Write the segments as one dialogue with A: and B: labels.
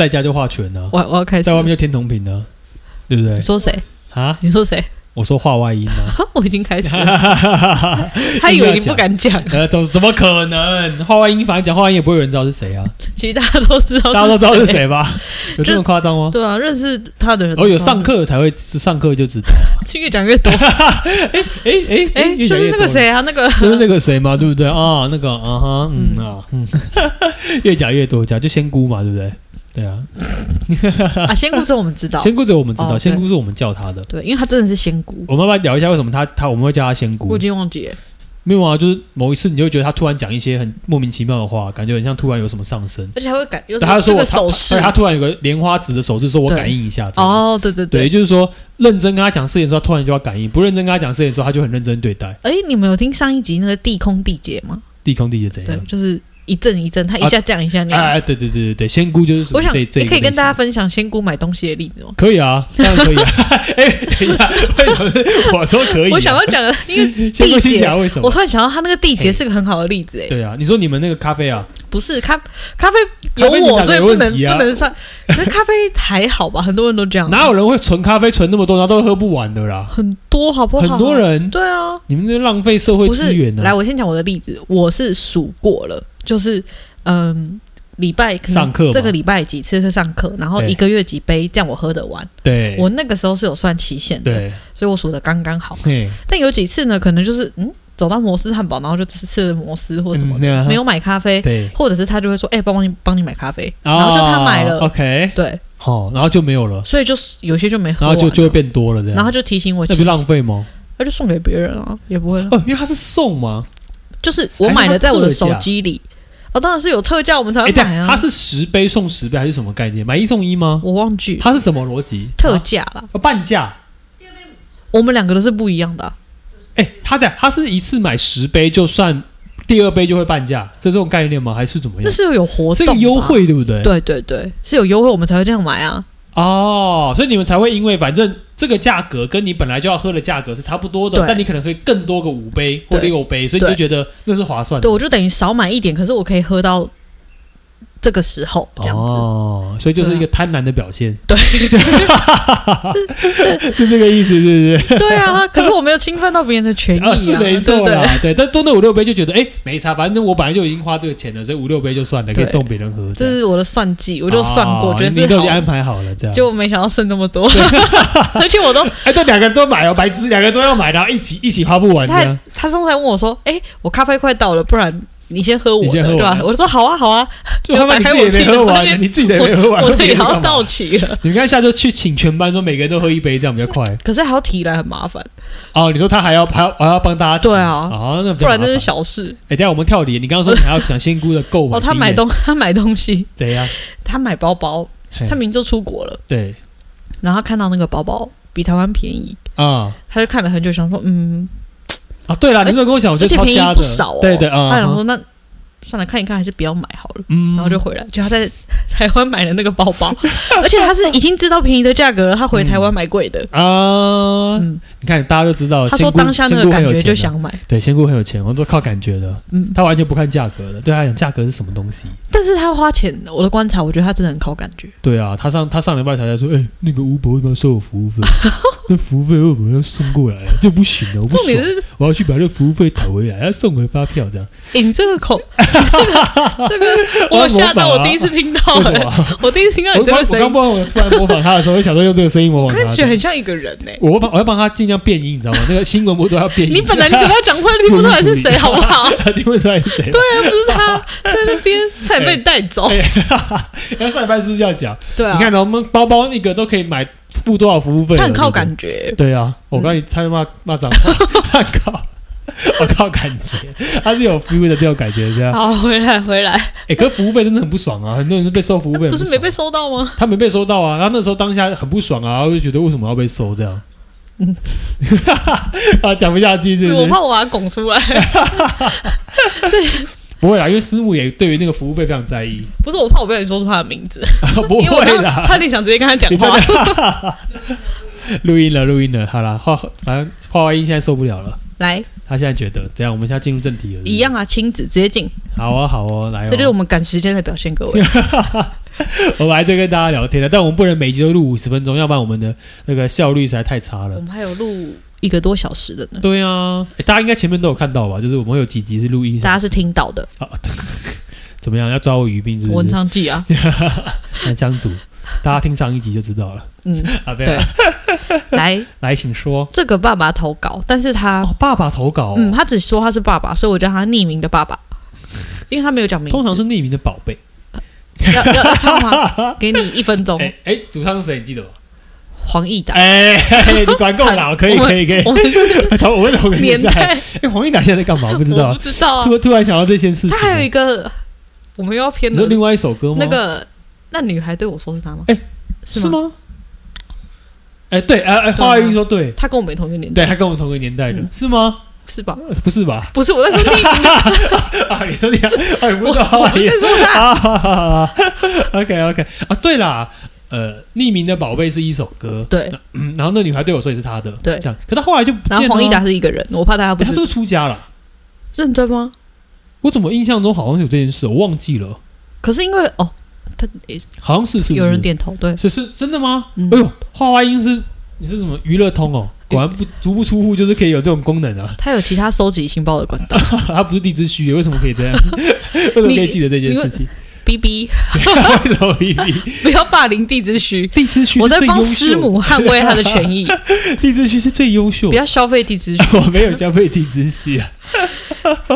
A: 在家就化权了、啊，
B: 我我要开始
A: 在外面就天同品了、啊，对不对
B: 你？说谁？
A: 啊，
B: 你说谁？
A: 我说话外音啊，
B: 我已经开始了，他以为你不敢讲，
A: 呃，怎怎么可能？话外音反正讲话外音也不会有人知道是谁啊，
B: 其实大家都知道，
A: 大家都知道是。谁吧？有这么夸张吗？
B: 对啊，认识他的人都
A: 哦，有
B: 知道
A: 上，课才会上课就知道。
B: 越讲越 多。
A: 哎哎
B: 哎，
A: 越
B: 就
A: 讲
B: 是
A: 越
B: 那
A: 多
B: 个谁啊，那 个
A: 就是那个谁嘛，对不对啊？那个啊哈，嗯
B: 嗯
A: 啊， 嗯，越讲越多，讲就仙姑嘛，对不对？对啊，
B: 啊，仙姑这我们知道，
A: 仙姑只有我们知
B: 哦
A: 道，
B: 对
A: 仙姑是我们叫她的。
B: 对，因为他真的是仙姑，
A: 我们要不要聊一下为什么她她我们会叫她仙
B: 我
A: 姑
B: 已？经忘记了。
A: 没有啊，就是某一次你就会觉得她突然讲一些很莫名其妙的话，感觉很像突然有什么上身。
B: 而且还会感，有
A: 然后她就
B: 这
A: 说我
B: 个手势
A: 她，她突然有个莲花指的手势，说我
B: 对
A: 感应一下。这样，
B: 哦，对对
A: 对，也
B: 对，
A: 就是说认真跟她讲事情的时候，她突然就要感应；不认真跟她讲事情的时候，她就很认真对待。
B: 哎，你们有听上一集那个地空地劫吗？
A: 地空地是怎
B: 对
A: 样，？
B: 就是一阵一阵，他一下这样一下那样。
A: 啊哎，对对对对对，仙姑就是属于
B: 我想
A: 这
B: 你
A: 这一个
B: 可以
A: 类
B: 跟
A: 型
B: 大家分享仙姑买东西的例子吗？哦
A: 可以啊，当然可以啊。哎、等一下，为什么是我说可以、啊？
B: 我 想要讲的，因为
A: 先说
B: 地
A: 心
B: 姐
A: 想为什
B: 我
A: 么？
B: 突然想到，他那个地劫是个很好的例子，
A: 啊
B: 哎，
A: 对啊，你说你们那个咖啡啊，
B: 不是咖咖啡有
A: 咖啡你
B: 我，
A: 讲
B: 所以
A: 没
B: 不
A: 问
B: 能
A: 题啊
B: 不能算。可是咖啡还好吧，很多人都这样，
A: 哪有人会存咖啡存那么多，然后都喝不完的啦？
B: 很多好不好？
A: 很多人，
B: 对啊，
A: 你们这浪费社会
B: 不是
A: 资源，呢、啊
B: 来，我先讲我的例子，我是数过了，就是嗯，礼拜可能
A: 上课嘛
B: 这个礼拜几次是上课，然后
A: 对
B: 一个月几杯，这样我喝得完。
A: 对，
B: 我那个时候是有算期限的，
A: 对，
B: 所以我数的刚刚好。
A: 嘿，
B: 但有几次呢，可能就是嗯，走到摩斯汉堡，然后就吃吃了摩斯或什么
A: 嗯对啊
B: 的，没有买咖啡，
A: 对，
B: 或者是他就会说，哎、帮你帮你买咖啡，然后就他买了，
A: 哦、，OK，
B: 对，
A: 好、然后就没有了，
B: 所以就是有些就没喝
A: 然
B: 完
A: 后
B: 了，
A: 就就会变多了这样，
B: 然后他就提醒我
A: 那
B: 期
A: 不
B: 限，
A: 浪费吗？
B: 他就送给别人啊，也不会浪
A: 哦，因为它是送吗？
B: 就是我买了在我的手机里，哦，当然是有特价我们才
A: 哎、
B: 会
A: 对
B: 买，啊。
A: 它是十杯送十杯还是什么概念？买一送一吗？
B: 我忘记
A: 它是什么逻辑？
B: 特价啦，
A: 啊半价。
B: 我们两个都是不一样的啊、
A: 哎、他讲他是一次买十杯，就算第二杯就会半价，是这种概念吗？还是怎么
B: 那
A: 样？
B: 是有活
A: 这
B: 动
A: 个
B: 吧
A: 优，惠对不对？
B: 对对对，是有优惠我们才会这样买啊。
A: 哦，所以你们才会因为反正这个价格跟你本来就要喝的价格是差不多的，
B: 对
A: 但你可能可以更多个五杯或
B: 对
A: 六杯，所以你就觉得那是划算的
B: 对，。我就等于少买一点，可是我可以喝到这个时候这样子。
A: 哦，所以就是一个贪婪的表现，
B: 对，
A: 是这个意思，是不是？
B: 对啊，可是我没有侵犯到别人的 权益
A: 啊，是没
B: 对
A: 错
B: 不对？
A: 啦，对。但多那五六杯就觉得，哎，没差，反正我本来就已经花这个钱了，所以五六杯就算了，可以
B: 对
A: 送别人喝。
B: 这
A: 样
B: 是我的算计，我就算过，
A: 哦
B: 觉得
A: 你都已经
B: 是
A: 安
B: 好，
A: 排好了，这样。
B: 结果没想到剩那么多， 而且我都
A: 哎，对，两个人都买哦，白痴，两个人都要买，然后一起一起花不完
B: 他
A: 的。
B: 他上次还问我说：“哎、我咖啡快到了，不然你先喝我
A: 你
B: 的，
A: 先喝我
B: 对吧
A: 的？”
B: 我就说：“好啊，好啊，
A: 就他妈你自己也没喝
B: 没有
A: 完，你自己也哎没喝完，
B: 啊我
A: 喝
B: 的
A: 别
B: 也
A: 人干
B: 要
A: 嘛
B: 到齐了。
A: 你们看，下周去请全班说每个人都喝一杯，这样比较快。”
B: 可是还要提来很麻烦，
A: 哦，你说他还要还要还要帮大家提
B: 对啊
A: 哦，那比
B: 不
A: 较麻
B: 然
A: 烦
B: 那是。小事。
A: 哎，等一下我们跳离，你刚刚说你还要讲仙姑的购买
B: 哦，他买
A: 经验
B: 东他买东西，
A: 怎样？
B: 他买包包，
A: 嘿
B: 他明就出国了，
A: 对
B: 然后看到那个包包比台湾便宜，
A: 啊
B: 他就看了很久，想说：“嗯，
A: 啊，对了，你
B: 而且
A: 这么跟我讲，我觉得
B: 而且
A: 超
B: 便
A: 瞎
B: 宜
A: 的
B: 不少哦。”
A: 对对啊，
B: 他想说：“那算了，看一看，还是不要买好了。”
A: 嗯，
B: 然后就回来，就他在台湾买了那个包 包，而且他是已经知道便宜的价格了，他回台湾买贵的。
A: 嗯啊，哦
B: 嗯，
A: 你看大家都知道，
B: 他说
A: 仙姑
B: 当下那
A: 仙
B: 个
A: 姑很
B: 感
A: 有
B: 觉
A: 钱
B: 就
A: 啊
B: 想买，
A: 对，仙姑很有钱，我都靠感觉的，
B: 嗯，
A: 他完全不看价格的，对他来讲价格是什么东西。
B: 但是他花钱，我的观察，我觉得他真的很靠感觉。
A: 对啊，他上他上礼拜才在说，哎、那个 Uber 为什么要收我服务 费？那服务费为什么要送过来？这不行的，我不
B: 重
A: 爽，
B: 点是，
A: 我要去把这服务费讨回来，要送回发票这样。
B: 诶你这 个口，你这个这个，
A: 我要模
B: 我吓到
A: 仿啊
B: 我第一次听到、
A: 为什么
B: 诶
A: 啊、
B: 我第一次听到
A: 我
B: 哦你这
A: 刚
B: 个
A: 我
B: 声
A: 刚
B: 音，
A: 帮我突然模仿他的时候，我想说用这个声音模仿啊欸
B: 看
A: 他
B: 起
A: 这
B: 来
A: 样。
B: 很像一个人呢、诶
A: 我帮我要帮他尽量变音，你知道吗？那个新闻我都要变音。
B: 你本来你怎么要讲出来，听不出来是谁，好不好？
A: 他听不出来是谁？对，
B: 对啊，不是他在那边差点被你带走。
A: 然哎后上礼拜是不是这样讲？
B: 啊对啊
A: 你，看，我们包包一个都可以买付多少服务费了？
B: 他很
A: 欸对
B: 靠
A: 不对
B: 感觉、
A: 对啊，我刚才差点骂骂脏话， 我靠，我靠，感觉他是有 feel 的这种感觉，这样。
B: 好，回来回来，
A: 哎、可是服务费真的很不爽啊，很多人是被收服务费，
B: 不是没被，收到吗？
A: 他没被收到啊，然后那时候当下很不爽啊，我就觉得为什么要被收这样。 嗯
B: 嗯，
A: 啊，讲不下去是不
B: 我
A: 是？
B: 怕我把他拱出来，
A: 不会啦，因为师母也对于那个服务费非常在意。啊
B: 不是我怕我不小心说出他的名 字，
A: 不
B: 因为我
A: 会
B: 刚
A: 啦
B: 刚，差点想直接跟他讲
A: 你真
B: 话。
A: 的 录音了，录音了，好啦，画反正画外音现在受不了了，
B: 来，
A: 他现在觉得怎样？我们现在进入正题了是不是
B: 一样啊，亲子直接进。
A: 好啊，好哦，来哦，
B: 这就是我们赶时间的表现，各位。
A: 我们还在跟大家聊天了，但我们不能每集都录五十分钟，要不然我们的那个效率实在太差
B: 我
A: 了。
B: 们还有录一个多小时的呢，
A: 对啊，诶大家应该前面都有看到吧？就是我们会有几集是录音，
B: 大家是听到的。
A: 啊，对怎么样？要抓我鱼病是
B: 我
A: 不
B: 文
A: 是？
B: 昌记 啊，
A: 南疆组，大家听上一集就知道 了。
B: 嗯，
A: 啊，对
B: 对
A: 啊，
B: 来，
A: 来，请说。
B: 这个爸爸投稿，但是他，
A: 哦，爸爸投稿哦、
B: 嗯嗯，他只说他是爸爸，所以我叫他匿名的爸爸，因为他没有讲名字。
A: 通常是匿名的宝贝。
B: 要 要要唱吗？给你一分钟，
A: 哎哎，主唱是谁？你记得吗？
B: 黄义达。
A: 哎，你管够老，可以
B: 我们
A: 可以可以。
B: 我们是
A: 我我怎么跟
B: 年
A: 你在？
B: 代，
A: 哎，黄义达现在在干嘛？我不知
B: 我
A: 道
B: 不。知道啊。
A: 突突然想到这件事情
B: 他，还有一个，我们又要偏
A: 你
B: 了
A: 说。另外一首歌吗？
B: 那个那女孩对我说是他吗？
A: 哎
B: 是
A: 是？吗？哎，对，哎哎，
B: 对啊
A: 花玉说对，
B: 他跟我们同一个年代，
A: 对他跟我们同个年代的
B: 嗯，
A: 是吗？
B: 是吧？
A: 呃不是吧？
B: 不是我在说你，
A: 啊，你说你， 哎， 不
B: 我
A: 知道
B: 我不是在说他。
A: 啊，OK OK 啊，对啦，呃，匿名的宝贝是一首歌，
B: 对，
A: 嗯，然后那女孩对我说也是她的，
B: 对
A: 这样，可她后来就不见
B: 然
A: 了啊。
B: 后黄义达是一个人，我怕大家不
A: 欸她
B: 知
A: 是不是出家了？
B: 认真吗？
A: 我怎么印象中好像有这件事，我忘记了，
B: 可是因为哦，他诶
A: 好像是是不是
B: 有人点头，对，
A: 是是真的吗？
B: 嗯
A: 哎呦，画外音是你是什么娱乐通哦？果然不足不出户，就是可以有这种功能啊！
B: 他有其他收集情报的管 道。
A: 它不是地之虚耶，为什么可以这 样？为什么可以记得这件事情？
B: B B，
A: 为什么比比
B: 不要霸凌地之虚，
A: 地之虚？
B: 我在帮师，母捍卫他的权 益，
A: 地之虚是最优秀
B: 不。要消费地之 虚。
A: 我没有消费地之虚啊。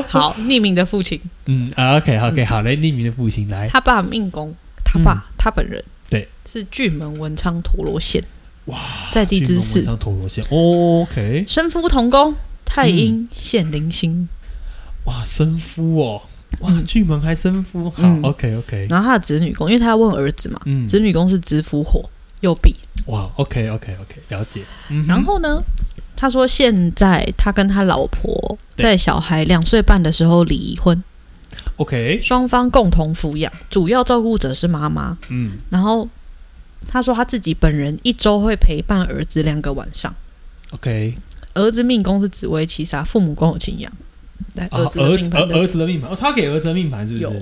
B: 好，匿名的父亲，
A: 嗯啊，OK OK，好嘞，匿名的父亲来，
B: 他爸命宫，他爸他本人
A: 哎嗯对
B: 是巨门文昌陀罗县，哇，在地之
A: 巨
B: 四
A: 门文，昌陀罗线，OK，
B: 身夫同宫，太
A: 嗯
B: 阴现灵星，
A: 哇，生夫哦，哇，
B: 嗯
A: 巨门还生夫，好
B: 嗯
A: ，OK OK，
B: 然后他的子女宫，因为他要问儿子嘛，
A: 嗯，
B: 子女宫是子府火右弼。
A: 哇，OK OK OK，了解，嗯哼，
B: 然后呢，他说现在他跟他老婆
A: 对
B: 在小孩两岁半的时候离婚，
A: 嗯 OK，
B: 双方共同抚养，主要照顾者是妈妈。
A: 嗯，
B: 然后他说他自己本人一周会陪伴儿子两个晚上，
A: OK，
B: 儿子命宫是紫薇七杀，父母宫有情阳。来，
A: 啊
B: 儿，子的
A: 儿
B: 命
A: 子
B: 盘
A: 儿
B: 的
A: 儿子的命盘，哦，他给儿子的命盘是不是
B: 有？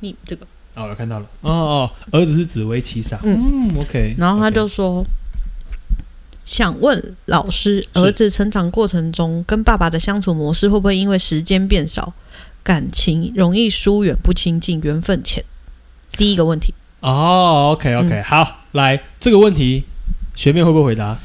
B: 你这个。
A: 啊，我看到了，哦哦，儿子是紫薇七煞，嗯，OK，
B: 然后他就说想问老师，儿子成长过程中跟爸爸的相处模式会不会因为时间变少，感情容易疏远不亲近，缘分浅？第一个问题
A: 哦，OK OK，好，来这个问题，学妹会不会回答？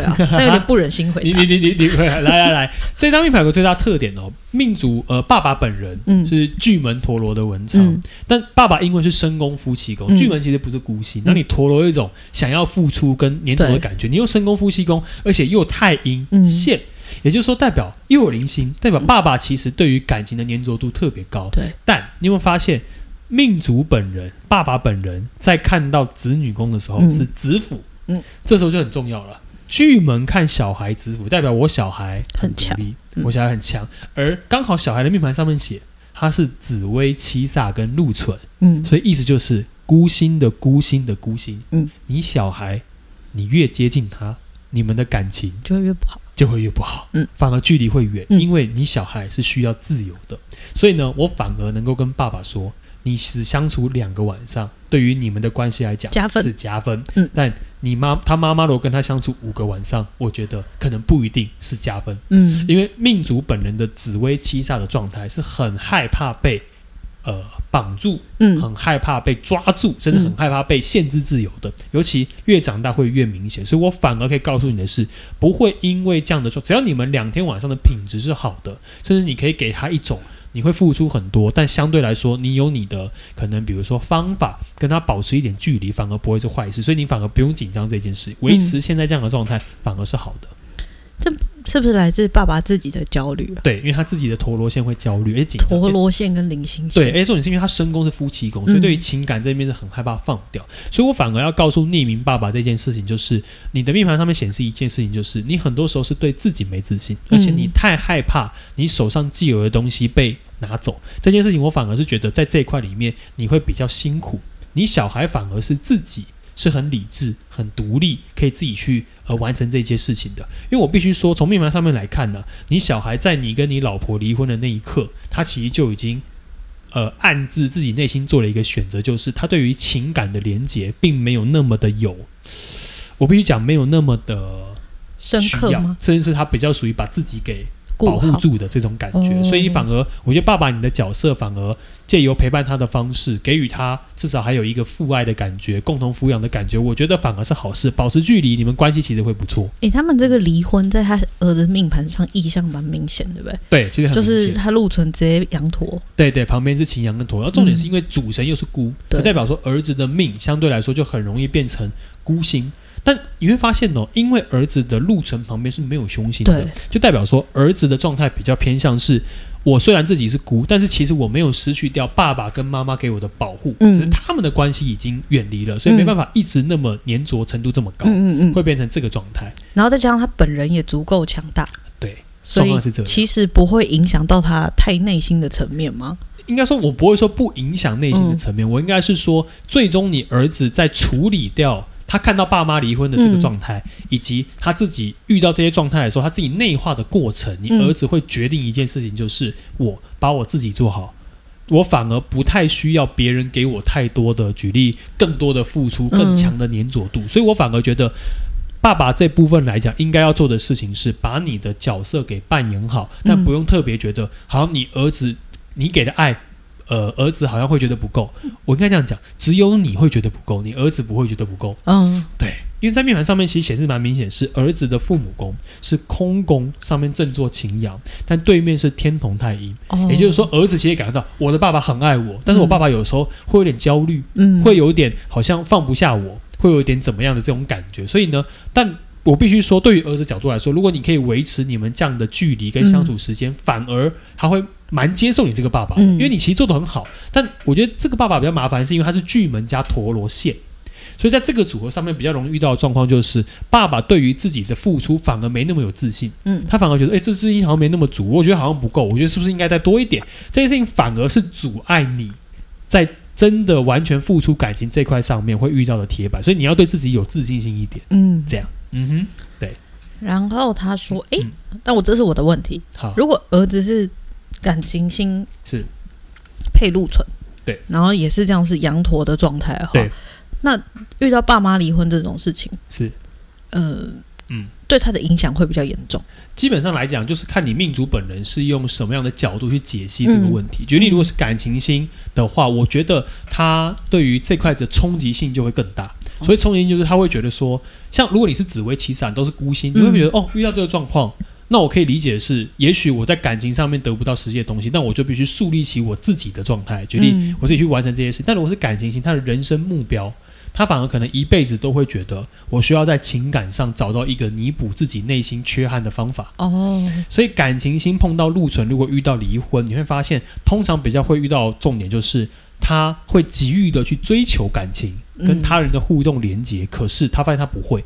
B: 啊，但有点不忍心回
A: 你
B: 答
A: 你。你你你，来来来， 这张命盘有个最大特点哦，命主呃爸爸本人
B: 嗯
A: 是巨门陀罗的文昌，
B: 嗯，
A: 但爸爸因为是申宫夫妻宫，
B: 嗯
A: 巨门其实不是孤星，那、你陀罗有一种想要付出跟粘土的感觉，你又申宫夫妻宫，而且又太阴
B: 嗯
A: 现。也就是说，代表又有零星，代表爸爸其实对于感情的粘着度特别高。
B: 对，
A: 但你有没有发现，命主本人、爸爸本人在看到子女宫的时候
B: 嗯
A: 是子府，
B: 嗯
A: 这时候就很重要了。巨门看小孩子府，代表我小孩
B: 很
A: 独
B: 强
A: 立
B: 嗯
A: 我小孩很强。而刚好小孩的命盘上面写他是紫薇、七煞跟禄存，
B: 嗯
A: 所以意思就是孤星的孤星的孤星。
B: 嗯，
A: 你小孩，你越接近他，你们的感情
B: 就会越不好。
A: 就会越不好，
B: 嗯，
A: 反而距离会远，
B: 嗯
A: 因为你小孩是需要自由的，所以呢，我反而能够跟爸爸说，你只相处两个晚上，对于你们的关系来讲
B: 加分
A: 是加分，
B: 嗯
A: 但你妈他妈妈如果跟他相处五个晚上，我觉得可能不一定是加分，
B: 嗯
A: 因为命主本人的紫薇七煞的状态是很害怕被呃绑住，
B: 嗯，
A: 很害怕被抓住，甚至很害怕被限制自由的。尤其越长大会越明显，所以我反而可以告诉你的是，不会因为这样的说，只要你们两天晚上的品质是好的，甚至你可以给他一种。你会付出很多，但相对来说，你有你的可能，比如说方法，跟他保持一点距离，反而不会是坏
B: 嗯
A: 事，所以你反而不用紧张这件事，维持现在这样的状态反而是好的。
B: 是不是来自爸爸自己的焦虑啊？
A: 对，因为他自己的陀螺线会焦虑，而紧张
B: 陀螺线跟零星
A: 对，而
B: 线，
A: 且重点是因为他身宫是夫妻宫，所以
B: 嗯
A: 对于情感这边是很害怕放掉。所以我反而要告诉匿名爸爸这件事情，就是你的命盘上面显示一件事情，就是你很多时候是对自己没自信，而且你太害怕你手上既有的东西被拿走。这件事情我反而是觉得在这一块里面你会比较辛苦，你小孩反而是自己。是很理智、很独立，可以自己去呃完成这件事情的。因为我必须说，从命盘上面来看呢、你小孩在你跟你老婆离婚的那一刻，他其实就已经呃暗自自己内心做了一个选择，就是他对于情感的连接并没有那么的有，我必须讲没有那么的
B: 深
A: 需
B: 刻
A: 要
B: 吗？，
A: 甚至是他比较属于把自己给保
B: 顾
A: 护
B: 好，
A: 住的这种感觉，
B: 哦
A: 所以反而我觉得爸爸你的角色反而借由陪伴他的方式，给予他至少还有一个父爱的感觉，共同抚养的感觉，我觉得反而是好事，保持距离，你们关系其实会不错。
B: 诶，他们这个离婚在他儿子命盘上意象蛮明显，对不对？
A: 对，其实很
B: 就
A: 明显
B: 是他禄存直接羊驼，
A: 对对，旁边是秦阳跟驼，然后重
B: 嗯
A: 点是因为主神又是孤，
B: 对
A: 就代表说儿子的命相对来说就很容易变成孤星。但你会发现哦，因为儿子的路程旁边是没有凶星的
B: 对，嗯
A: 就代表说儿子的状态比较偏向是，我虽然自己是孤，但是其实我没有失去掉爸爸跟妈妈给我的保护，
B: 嗯
A: 只是他们的关系已经远离了，所以没办法一直那么粘着程度这么高，
B: 嗯嗯嗯，
A: 会变成这个状态。
B: 然后再加上他本人也足够强大，
A: 对，
B: 所
A: 状
B: 以
A: 况是这样。
B: 其实不会影响到他太内心的层面吗？
A: 应该说，我不会说不影响内心的层面，我应该是说，最终你儿子在处理掉他看到爸妈离婚的这个状态，以及他自己遇到这些状态的时候，他自己内化的过程，你
B: 嗯
A: 儿子会决定一件事情，就是、我把我自己做好。我反而不太需要别人给我太多的举例，更多的付出，更强的粘着度，所以我反而觉得爸爸这部分来讲，应该要做的事情是把你的角色给扮演好，但
B: 嗯
A: 不用特别觉得，好像你儿子你给的爱，呃，儿子好像会觉得不够。我应该这样讲，只有你会觉得不够，你儿子不会觉得不够。
B: 嗯，
A: 对，因为在面盘上面其实显示蛮明显，是儿子的父母宫是空宫，上面正坐擎羊，但对面是天同太阴，
B: 哦，
A: 也就是，说，儿子其实也感觉到我的爸爸很爱我，但是我
B: 嗯
A: 爸爸有时候会有点焦虑，
B: 嗯，
A: 会有点好像放不下我，会有点怎么样的这种感觉。所以呢，但我必须说，对于儿子角度来说，如果你可以维持你们这样的距离跟相处时间，反而他会蛮接受你这个爸爸的，
B: 嗯
A: 因为你其实做的很好。但我觉得这个爸爸比较麻烦，是因为他是巨门加陀螺线。所以在这个组合上面比较容易遇到的状况就是，爸爸对于自己的付出反而没那么有自信，
B: 嗯，
A: 他反而觉得，哎、这事情好像没那么足，我觉得好像不够，我觉得是不是应该再多一点？这件事情反而是阻碍你在真的完全付出感情这块上面会遇到的铁板，所以你要对自己有自信心一点。
B: 嗯，
A: 嗯
B: 然后他说：“诶，
A: 嗯
B: 但我这是我的问题。
A: 哼，好，
B: 如果儿子是感情心
A: 是
B: 配禄存，
A: 对，
B: 然后也是这样是羊驼的状态的话
A: 对，
B: 那遇到爸妈离婚这种事情，
A: 是，
B: 呃，
A: 嗯，
B: 对他的影响会比较严重。
A: 基本上来讲，就是看你命主本人是用什么样的角度去解析这个问题。举例，如果是感情心的话，我觉得他对于这块的冲击性就会更大。所以冲击性就是他会觉得说，像如果你是紫薇七闪都是孤星，你会觉得、哦，遇到这个状况，那我可以理解的是，也许我在感情上面得不到实际的东西，但我就必须树立起我自己的状态，决定
B: 嗯
A: 我自己去完成这些事。但如果是感情型，他的人生目标，他反而可能一辈子都会觉得，我需要在情感上找到一个弥补自己内心缺憾的方法。
B: 哦，
A: 所以感情星碰到禄存，如果遇到离婚，你会发现，通常比较会遇到重点就是他会急于的去追求感情，
B: 嗯
A: 跟他人的互动连接，可是他发现他不会。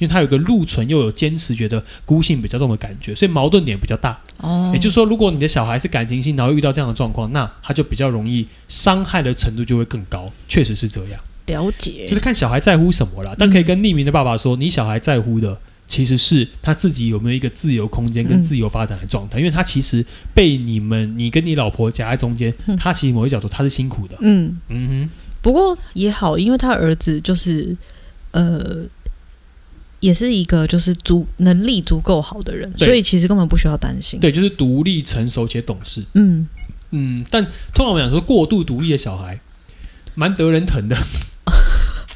A: 因为他有一个禄存，又有坚持，觉得孤性比较重的感觉，所以矛盾点比较大。
B: 哦，
A: 也就是说，如果你的小孩是感情性，然后遇到这样的状况，那他就比较容易伤害的程度就会更高。确实是这样，
B: 了
A: 就
B: 解
A: 是看小孩在乎什
B: 嗯
A: 么啦。但可以跟匿名的爸爸说，你小孩在乎的其实是他自己有没有一个自由空间跟
B: 嗯
A: 自由发展的状态，因为他其实被你们你跟你老婆夹在中间，
B: 嗯
A: 他其实某一角度他是辛苦的。
B: 嗯，
A: 嗯
B: 不过也好，因为他儿子就是呃。”也是一个就是足能力足够好的人，
A: 对
B: 所以其实根本不需要担心。
A: 哼，，对，就是独立、成熟且懂事。
B: 嗯，
A: 嗯，但通常我们讲说过度独立的小孩，蛮得人疼的，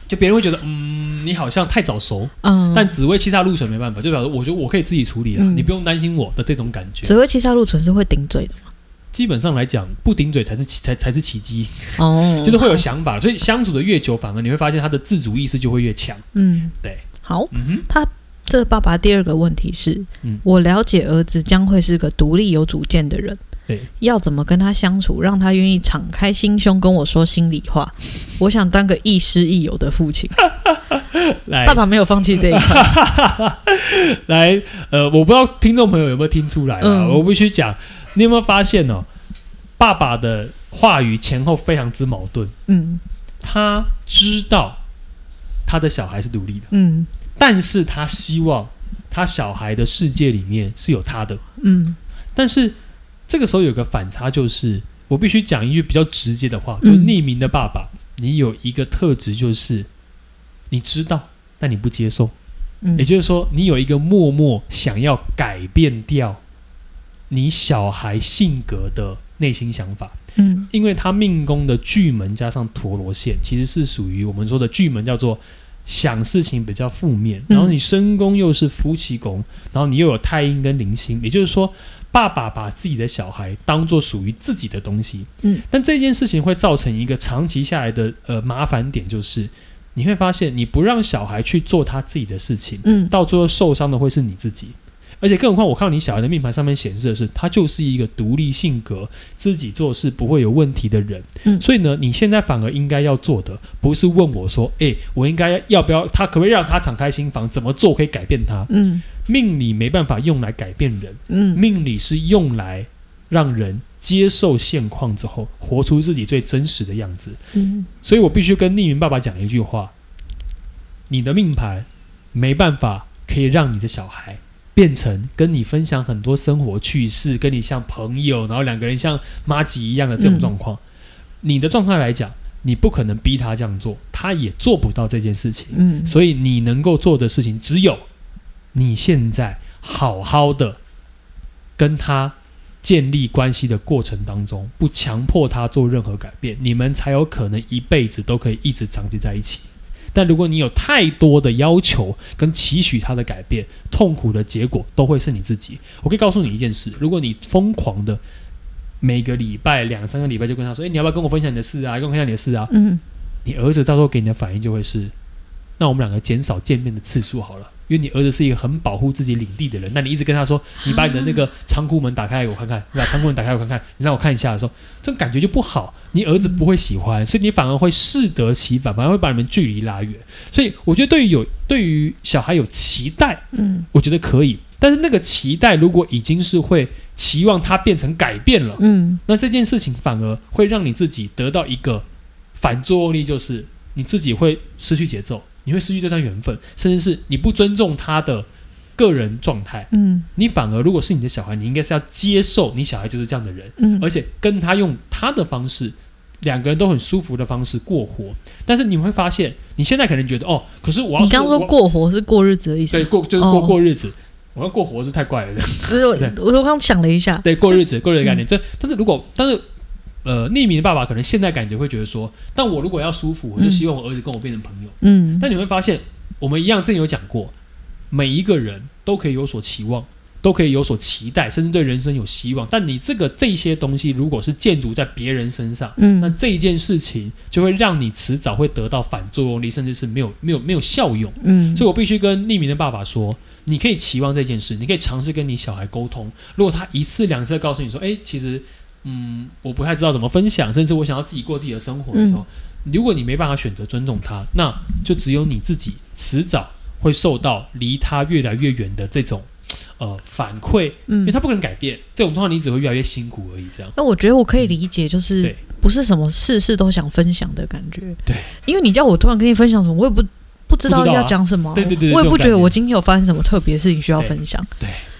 A: 就别人会觉得，嗯，你好像太早熟。
B: 嗯，
A: 但紫薇七煞入水没办法，就表示我觉得我可以自己处理了，
B: 嗯
A: 你不用担心我的这种感觉。
B: 紫薇七杀禄存是会顶嘴的
A: 基本上来讲，不顶嘴才是奇才才是奇迹，
B: 哦，
A: 就是会有想法，所以相处的越久，反而你会发现他的自主意识就会越强。
B: 嗯，
A: 对。
B: 好，
A: 嗯哼，
B: 这个爸爸第二个问题是，
A: 嗯
B: 我了解儿子将会是个独立有主见的人，
A: 对，
B: 要怎么跟他相处，让他愿意敞开心胸跟我说心里 话？我想当个亦师亦友的父亲。
A: 来
B: 爸爸没有放弃这一块，
A: 来，呃，我不知道听众朋友有没有听出来啊，
B: 嗯
A: 我必须讲，你有没有发现哦，爸爸的话语前后非常之矛盾，
B: 嗯
A: 他知道他的小孩是独立的，
B: 嗯
A: 但是他希望他小孩的世界里面是有他的。
B: 嗯
A: 但是这个时候有个反差，就是我必须讲一句比较直接的话，就
B: 嗯
A: 匿名的爸爸，你有一个特质就是你知道，但你不接受，
B: 嗯
A: 也，就是说，你有一个默默想要改变掉你小孩性格的内心想法。
B: 嗯
A: 因为他命宫的巨门加上陀螺线，其实是属于我们说的巨门叫做想事情比较负面，
B: 嗯
A: 然后你身宫又是夫妻宫，然后你又有太阴跟灵星，也就是说，爸爸把自己的小孩当做属于自己的东西，
B: 嗯，
A: 但这件事情会造成一个长期下来的呃麻烦点，就是你会发现你不让小孩去做他自己的事情，
B: 嗯
A: 到最后受伤的会是你自己。而且更何况，我看到你小孩的命盘上面显示的是，他就是一个独立性格、自己做事不会有问题的人。
B: 嗯
A: 所以呢，你现在反而应该要做的，不是问我说，诶，我应该要不要他，可不可以让他敞开心房，怎么做可以改变他？
B: 嗯
A: 命理没办法用来改变人，
B: 嗯
A: 命理是用来让人接受现况之后，活出自己最真实的样子。
B: 嗯，
A: 所以我必须跟匿名爸爸讲一句话：你的命盘没办法可以让你的小孩变成跟你分享很多生活趣事，跟你像朋友，然后两个人像妈吉一样的这种状况。你的状态来讲，你不可能逼他这样做，他也做不到这件事情。
B: 嗯
A: 所以你能够做的事情，只有你现在好好的跟他建立关系的过程当中，不强迫他做任何改变，你们才有可能一辈子都可以一直长期在一起。但如果你有太多的要求跟期许他的改变，痛苦的结果都会是你自己。我可以告诉你一件事：如果你疯狂的每个礼拜两三个礼拜就跟他说：“诶，你要不要跟我分享你的事啊？跟我分享你的事啊？”
B: 嗯
A: 你儿子到时候给你的反应就会是，那我们两个减少见面的次数好了，因为你儿子是一个很保护自己领地的人。那你一直跟他说，你把你的那个仓库门打开给我看 看，你把仓库门打开给我看看，你让我看一下的时候，这种感觉就不好，你儿子不会喜欢，所以你反而会适得其反，反而会把你们距离拉远。所以我觉得对于有对于小孩有期待，
B: 嗯
A: 我觉得可以，但是那个期待如果已经是会期望他变成改变了。
B: 嗯
A: 那这件事情反而会让你自己得到一个反作用力，就是你自己会失去节奏，你会失去这段缘分，甚至是你不尊重他的个人状态。
B: 嗯
A: 你反而如果是你的小孩，你应该是要接受你小孩就是这样的人，
B: 嗯
A: 而且跟他用他的方式，两个人都很舒服的方式过活。但是你会发现，你现在可能觉得哦，可是我要
B: 你刚刚说
A: 我
B: 过活是过日子的意思
A: 对，过就是过、
B: 哦
A: 过日子，我要过活是太怪了。
B: 只是我我我刚想了一下，
A: 对，过日子，过日子的概念。这、但是如果但是呃，匿名的爸爸可能现在感觉会觉得说，但我如果要舒服，我就希望我儿子跟我变成朋友。
B: 嗯
A: 但你会发现，我们一样之前有讲过，每一个人都可以有所期望。都可以有所期待，甚至对人生有希望。但你这个这些东西，如果是建筑在别人身上，那
B: 嗯
A: 这一件事情就会让你迟早会得到反作用力，甚至是没有没有没有效用。
B: 嗯
A: 所以我必须跟匿名的爸爸说，你可以期望这件事，你可以尝试跟你小孩沟通。如果他一次两次地告诉你说，诶，其实，嗯，我不太知道怎么分享，甚至我想要自己过自己的生活的时候，如果你没办法选择尊重他，那就只有你自己迟早会受到离他越来越远的这种呃反馈，因为
B: 嗯，
A: 他不可能改变，这种状况你只会越来越辛苦而已。这样，
B: 那我觉得我可以理解，就是
A: 对
B: 不是什么事事都想分享的感觉，
A: 对，
B: 因为你叫我突然跟你分享什么，我也不不知道
A: 不知道啊
B: 要讲什么啊，
A: 对对对对这
B: 我也
A: 种
B: 不觉
A: 感
B: 得
A: 觉
B: 我今天有发生什么特别事情需要分享，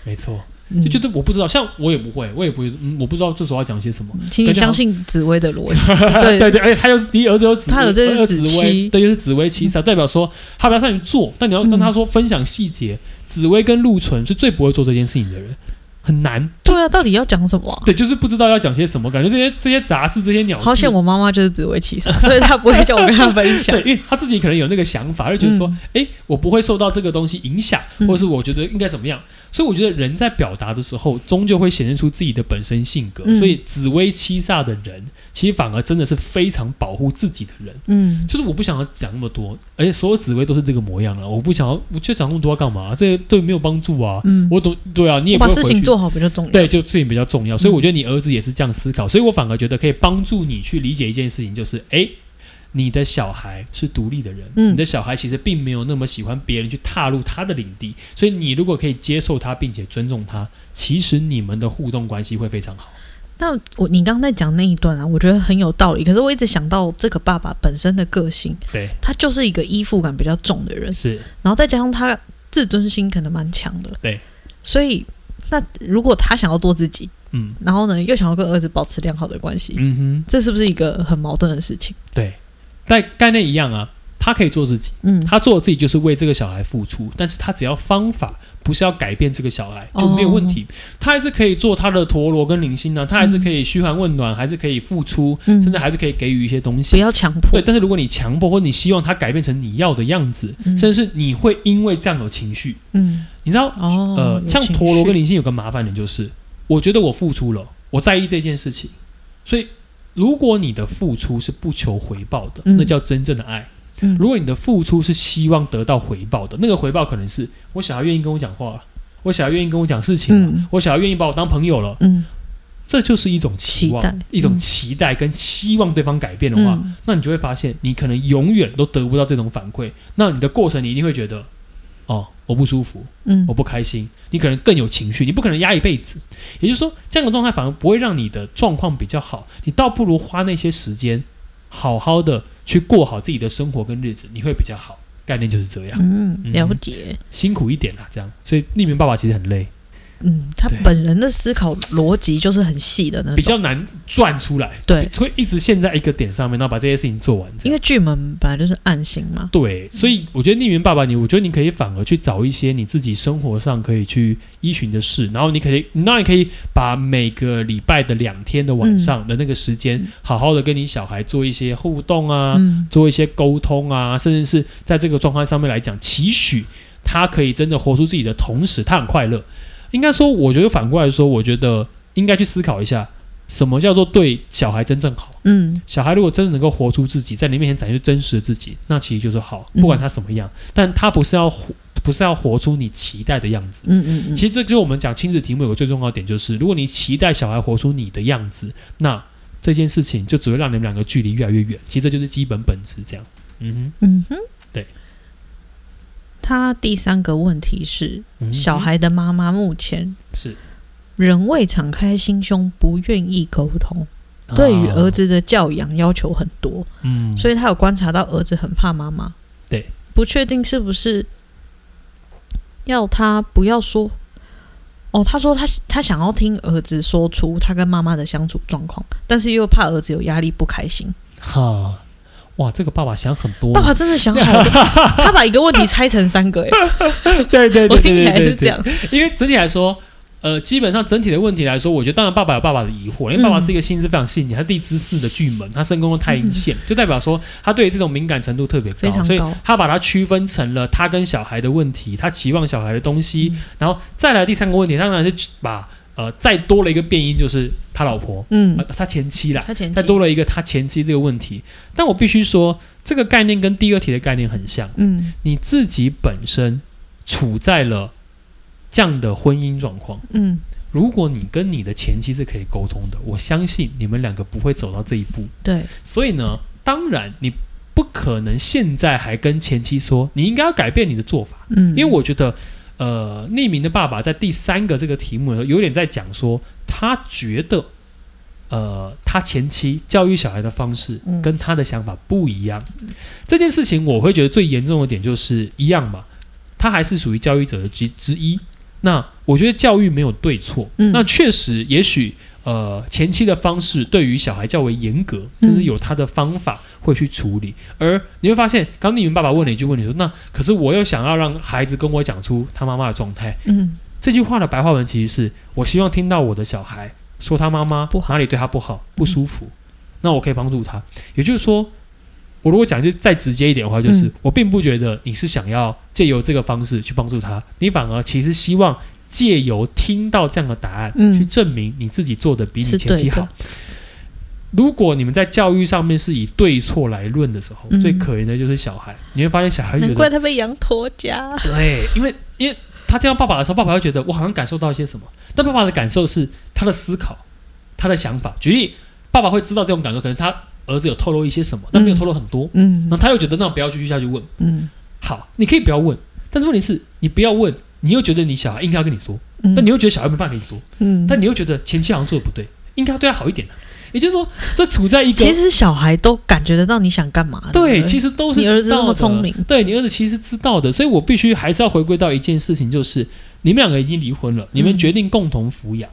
A: 没错，
B: 嗯
A: 就就是我不知道，像我也不会，我也不会，嗯，我不知道这时候要讲些什么。
B: 请你
A: 感觉好
B: 相信紫薇的逻辑，对
A: 对对，而且他又你儿子有紫，
B: 他儿子是
A: 又紫
B: 紫
A: 薇，
B: 薇
A: 对，又是紫薇七煞，代表说他不要让你做，但你要跟他
B: 嗯
A: 说分享细节。紫薇跟陆纯是最不会做这件事情的人，很难。
B: 对啊，到底要讲什么啊？
A: 对，就是不知道要讲些什么，感觉这些这些杂事、这些鸟事。
B: 好险，我妈妈就是紫薇七煞，所以她不会叫我跟她分享
A: 对，。因为他自己可能有那个想法，就觉得说，诶，我不会受到这个东西影响，
B: 嗯
A: 或者是我觉得应该怎么样。所以我觉得人在表达的时候，终究会显现出自己的本身性格。
B: 嗯
A: 所以紫薇七煞的人，其实反而真的是非常保护自己的人。
B: 嗯
A: 就是我不想要讲那么多，而且所有紫薇都是这个模样了，啊我不想要，我就讲那么多要干嘛？这对没有帮助啊。
B: 嗯，
A: 我懂，对啊，你也
B: 我
A: 不
B: 把
A: 会
B: 事
A: 回
B: 情
A: 去
B: 做好嗯比较重要。
A: 对，就事情比较重要，所以我觉得你儿子也是这样思考，所以我反而觉得可以帮助你去理解一件事情，就是诶，你的小孩是独立的人，
B: 嗯
A: 你的小孩其实并没有那么喜欢别人去踏入他的领地，所以你如果可以接受他并且尊重他，其实你们的互动关系会非常好。
B: 那我你刚刚在讲那一段啊，我觉得很有道理。可是我一直想到这个爸爸本身的个性，
A: 对，
B: 他就是一个依附感比较重的人，
A: 是
B: 然后再加上他自尊心可能蛮强的，
A: 对，
B: 所以那如果他想要做自己，
A: 嗯
B: 然后呢又想要跟儿子保持良好的关系，
A: 嗯哼，
B: 这是不是一个很矛盾的事情？
A: 对，但概念一样啊，他可以做自己，
B: 嗯，
A: 他做自己就是为这个小孩付出，但是他只要方法不是要改变这个小孩就没有问
B: 哦
A: 题，他还是可以做他的陀螺跟零星呢、啊，他还是可以嘘寒问暖，还是可以付出，
B: 嗯
A: 甚至还是可以给予一些东
B: 不
A: 西。
B: 要强迫
A: 对，，但是如果你强迫或者你希望他改变成你要的样子，
B: 嗯
A: 甚至是你会因为这样有情绪，
B: 嗯，
A: 你知道，
B: 哦，
A: 呃，
B: 有
A: 像
B: 情
A: 陀螺
B: 绪
A: 跟灵性有个麻烦点就是，我觉得我付出了，我在意这件事情，所以如果你的付出是不求回报的，
B: 嗯
A: 那叫真正的爱。
B: 嗯
A: 如果你的付出是希望得到回报的，那个回报可能是我小孩愿意跟我讲话了，我小孩愿意跟我讲事情了，
B: 嗯
A: 我小孩愿意把我当朋友了，
B: 嗯，
A: 这就是一种期望，
B: 期待
A: 一种啊
B: 嗯
A: 期待跟期望对方改变的话，
B: 嗯
A: 那你就会发现你可能永远都得不到这种反馈。那你的过程你一定会觉得，哦，我不舒服，
B: 嗯
A: 我不开心，你可能更有情绪，你不可能压一辈子。也就是说，这样的状态反而不会让你的状况比较好，你倒不如花那些时间，好好的去过好自己的生活跟日子，你会比较好。概念就是这样，
B: 嗯，了解，
A: 辛苦一点啦，这样。所以匿名爸爸其实很累，
B: 嗯，他
A: 对
B: 本人的思考逻辑就是很细的那
A: 比
B: 种，
A: 较难转出来，
B: 对，
A: 会一直陷在一个点上面，然后把这些事情做完。这样
B: 因为巨门本来就是暗星嘛，
A: 对，所以我觉得匿名爸爸你，我觉得你可以反而去找一些你自己生活上可以去依循的事，然后你可以，那你可以把每个礼拜的两天的晚上的那个时间，好好的跟你小孩做一些互动啊，
B: 嗯
A: 做一些沟通啊，甚至是在这个状况上面来讲，期许他可以真的活出自己的同时，他很快乐。应该说，我觉得反过来说，我觉得应该去思考一下，什么叫做对小孩真正好。
B: 嗯
A: 小孩如果真的能够活出自己，在你面前展现真实的自己，那其实就是好，
B: 嗯
A: 不管他什么样，但他不是要活，不是要活出你期待的样子。
B: 嗯嗯嗯，
A: 其实这就是我们讲亲子题目有个最重要的点，就是如果你期待小孩活出你的样子，那这件事情就只会让你们两个距离越来越远。其实这就是基本本质，这样。嗯
B: 嗯哼，
A: 对。
B: 他第三个问题是，
A: 哼，嗯
B: 小孩的妈妈目前
A: 是
B: 仍未敞开心胸，不愿意沟通，对于儿，子的教养要求很多，
A: 啊嗯，
B: 所以他有观察到儿子很怕妈妈。
A: 对，
B: 不确定是不是要他不要说。哦，他说他他想要听儿子说出他跟妈妈的相处状况，但是又怕儿子有压力不开心。
A: 哈，啊哇，这个爸爸想很多
B: 爸， 爸真的想好了，他把一个问题拆成三个，哎，
A: 对 对
B: 我
A: 对对
B: 听
A: 对对
B: 起来是
A: 对
B: 这样。
A: 因为整体来说，呃，基本上整体的问题来说，我觉得当然爸爸有爸爸的疑惑，因为
B: 嗯
A: 爸爸是一个心思非常细腻，他地支四的巨门，他身宫又太阴线，就代表说他对这种敏感程度特别
B: 嗯非
A: 高，
B: 常
A: 所以
B: 高
A: 他把它区分成了他跟小孩的问题，他期望小孩的东西，
B: 嗯
A: 然后再来第三个问题，当然是把呃再多了一个变音，就是他老婆，
B: 嗯
A: 呃，他前妻啦，
B: 他前期
A: 再多了一个他前妻这个问题，但我必须说，这个概念跟第二题的概念很像。
B: 嗯
A: 你自己本身处在了这样的婚姻状况，
B: 嗯
A: 如果你跟你的前妻是可以沟通的，我相信你们两个不会走到这一步。
B: 对，
A: 所以呢，当然你不可能现在还跟前妻说你应该要改变你的做法，因
B: 嗯，
A: 为我觉得，呃，匿名的爸爸在第三个这个题目的时候，有点在讲说他觉得。呃，他前妻教育小孩的方式
B: 嗯
A: 跟他的想法不一样，这件事情我会觉得最严重的点就是一样嘛，他还是属于教育者的之之一。那我觉得教育没有对错，
B: 嗯
A: 那确实也许呃前期的方式对于小孩较为严格，甚至有他的方法会去处理。而你会发现，刚你们爸爸问了一句问题说，那可是我又想要让孩子跟我讲出他妈妈的状态，
B: 嗯
A: 这句话的白话文其实是我希望听到我的小孩说他妈妈
B: 不好嗯
A: 哪里对他不好、不舒服，那我可以帮助他。也就是说，我如果讲就再直接一点的话，就是、
B: 嗯
A: 我并不觉得你是想要借由这个方式去帮助他，你反而其实希望借由听到这样的答案，
B: 嗯
A: 去证明你自己做的比你
B: 是
A: 前妻
B: 对的
A: 好。如果你们在教育上面是以对错来论的时候，
B: 嗯
A: 最可怜的就是小孩。你会发现小孩觉
B: 难
A: 得
B: 怪他被羊驼夹。
A: 对，因为因为他见到爸爸的时候，爸爸会觉得我好像感受到一些什么，但爸爸的感受是他的思考，他的想法。举例，爸爸会知道这种感受，可能他儿子有透露一些什么，但没有透露很多，
B: 嗯
A: 那他又觉得那我不要继续下去问。
B: 嗯
A: 好，你可以不要问，但是问题是你不要问，你又觉得你小孩应该要跟你说，
B: 嗯
A: 但你又觉得小孩没办法跟你说，
B: 嗯
A: 但你又觉得前妻好像做的不对，应该要对他好一点、啊、也就是说，这处在一个
B: 其实小孩都感觉得到你想干嘛。
A: 对，
B: 不
A: 其实都是
B: 你儿子
A: 知道
B: 那么
A: 的
B: 聪明
A: 对你儿子其实知道的，所以我必须还是要回归到一件事情，就是你们两个已经离婚了，你们
B: 嗯
A: 决定共同抚养。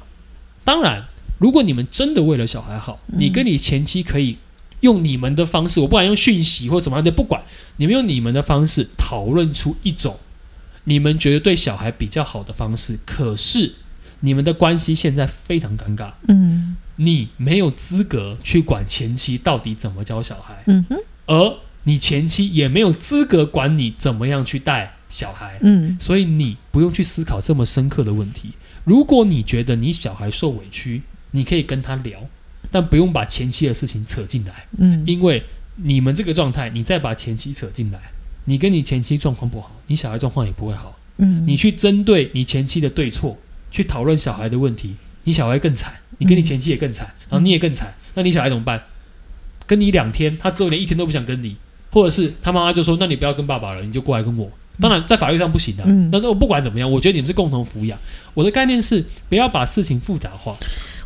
A: 当然，如果你们真的为了小孩好，你跟你前妻可以用你们的方式，我不管用讯息或怎么样的，不管你们用你们的方式讨论出一种你们觉得对小孩比较好的方式。可是你们的关系现在非常尴尬，
B: 嗯
A: 你没有资格去管前妻到底怎么教小孩，
B: 嗯哼
A: 而你前妻也没有资格管你怎么样去带小孩。
B: 嗯
A: 所以你不用去思考这么深刻的问题。如果你觉得你小孩受委屈，你可以跟他聊，但不用把前妻的事情扯进来，
B: 嗯
A: 因为你们这个状态，你再把前妻扯进来，你跟你前妻状况不好，你小孩状况也不会好。
B: 嗯，
A: 你去针对你前妻的对错去讨论小孩的问题，你小孩更惨，你
B: 嗯
A: 跟你前妻也更惨，然后你也更惨，那你小孩怎么办？跟你两天，他之后连一天都不想跟你，或者是他妈妈就说，那你不要跟爸爸了，你就过来跟我。当然，在法律上不行的、啊
B: 嗯，
A: 但是我不管怎么样，我觉得你们是共同抚养。我的概念是不要把事情复杂化，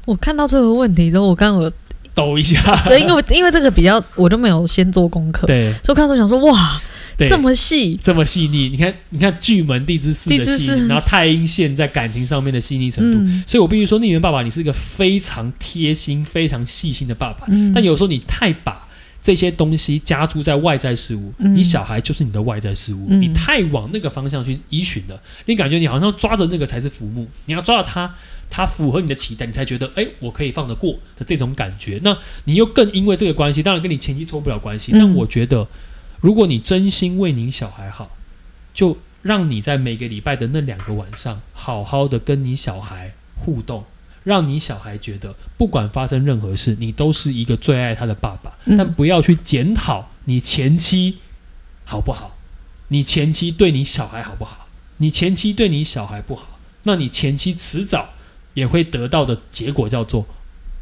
B: 我看到这个问题之后，我刚 刚有
A: 抖一下，
B: 对，因为我因为这个比较，我都没有先做功课，
A: 对
B: 所以我看到想说哇，
A: 对
B: 这，么细，
A: 这么细腻。你看，你看巨门地支四的
B: 地支
A: 细
B: 四
A: 腻，然后太阴线在感情上面的细腻程度，
B: 嗯
A: 所以我必须说，逆缘爸爸，你是一个非常贴心、非常细心的爸爸。
B: 嗯，
A: 但有时候你太把这些东西加注在外在事物，
B: 嗯
A: 你小孩就是你的外在事物，
B: 嗯
A: 你太往那个方向去依循了，你感觉你好像抓着那个才是浮木，你要抓着它，它符合你的期待，你才觉得哎，我可以放得过的这种感觉。那你又更因为这个关系，当然跟你前妻脱不了关系，
B: 嗯
A: 但我觉得，如果你真心为你小孩好，就让你在每个礼拜的那两个晚上，好好的跟你小孩互动，让你小孩觉得不管发生任何事，你都是一个最爱他的爸爸。
B: 嗯
A: 但不要去检讨你前妻好不好，你前妻对你小孩好不好，你前妻对你小孩不好，那你前妻迟早也会得到的结果叫做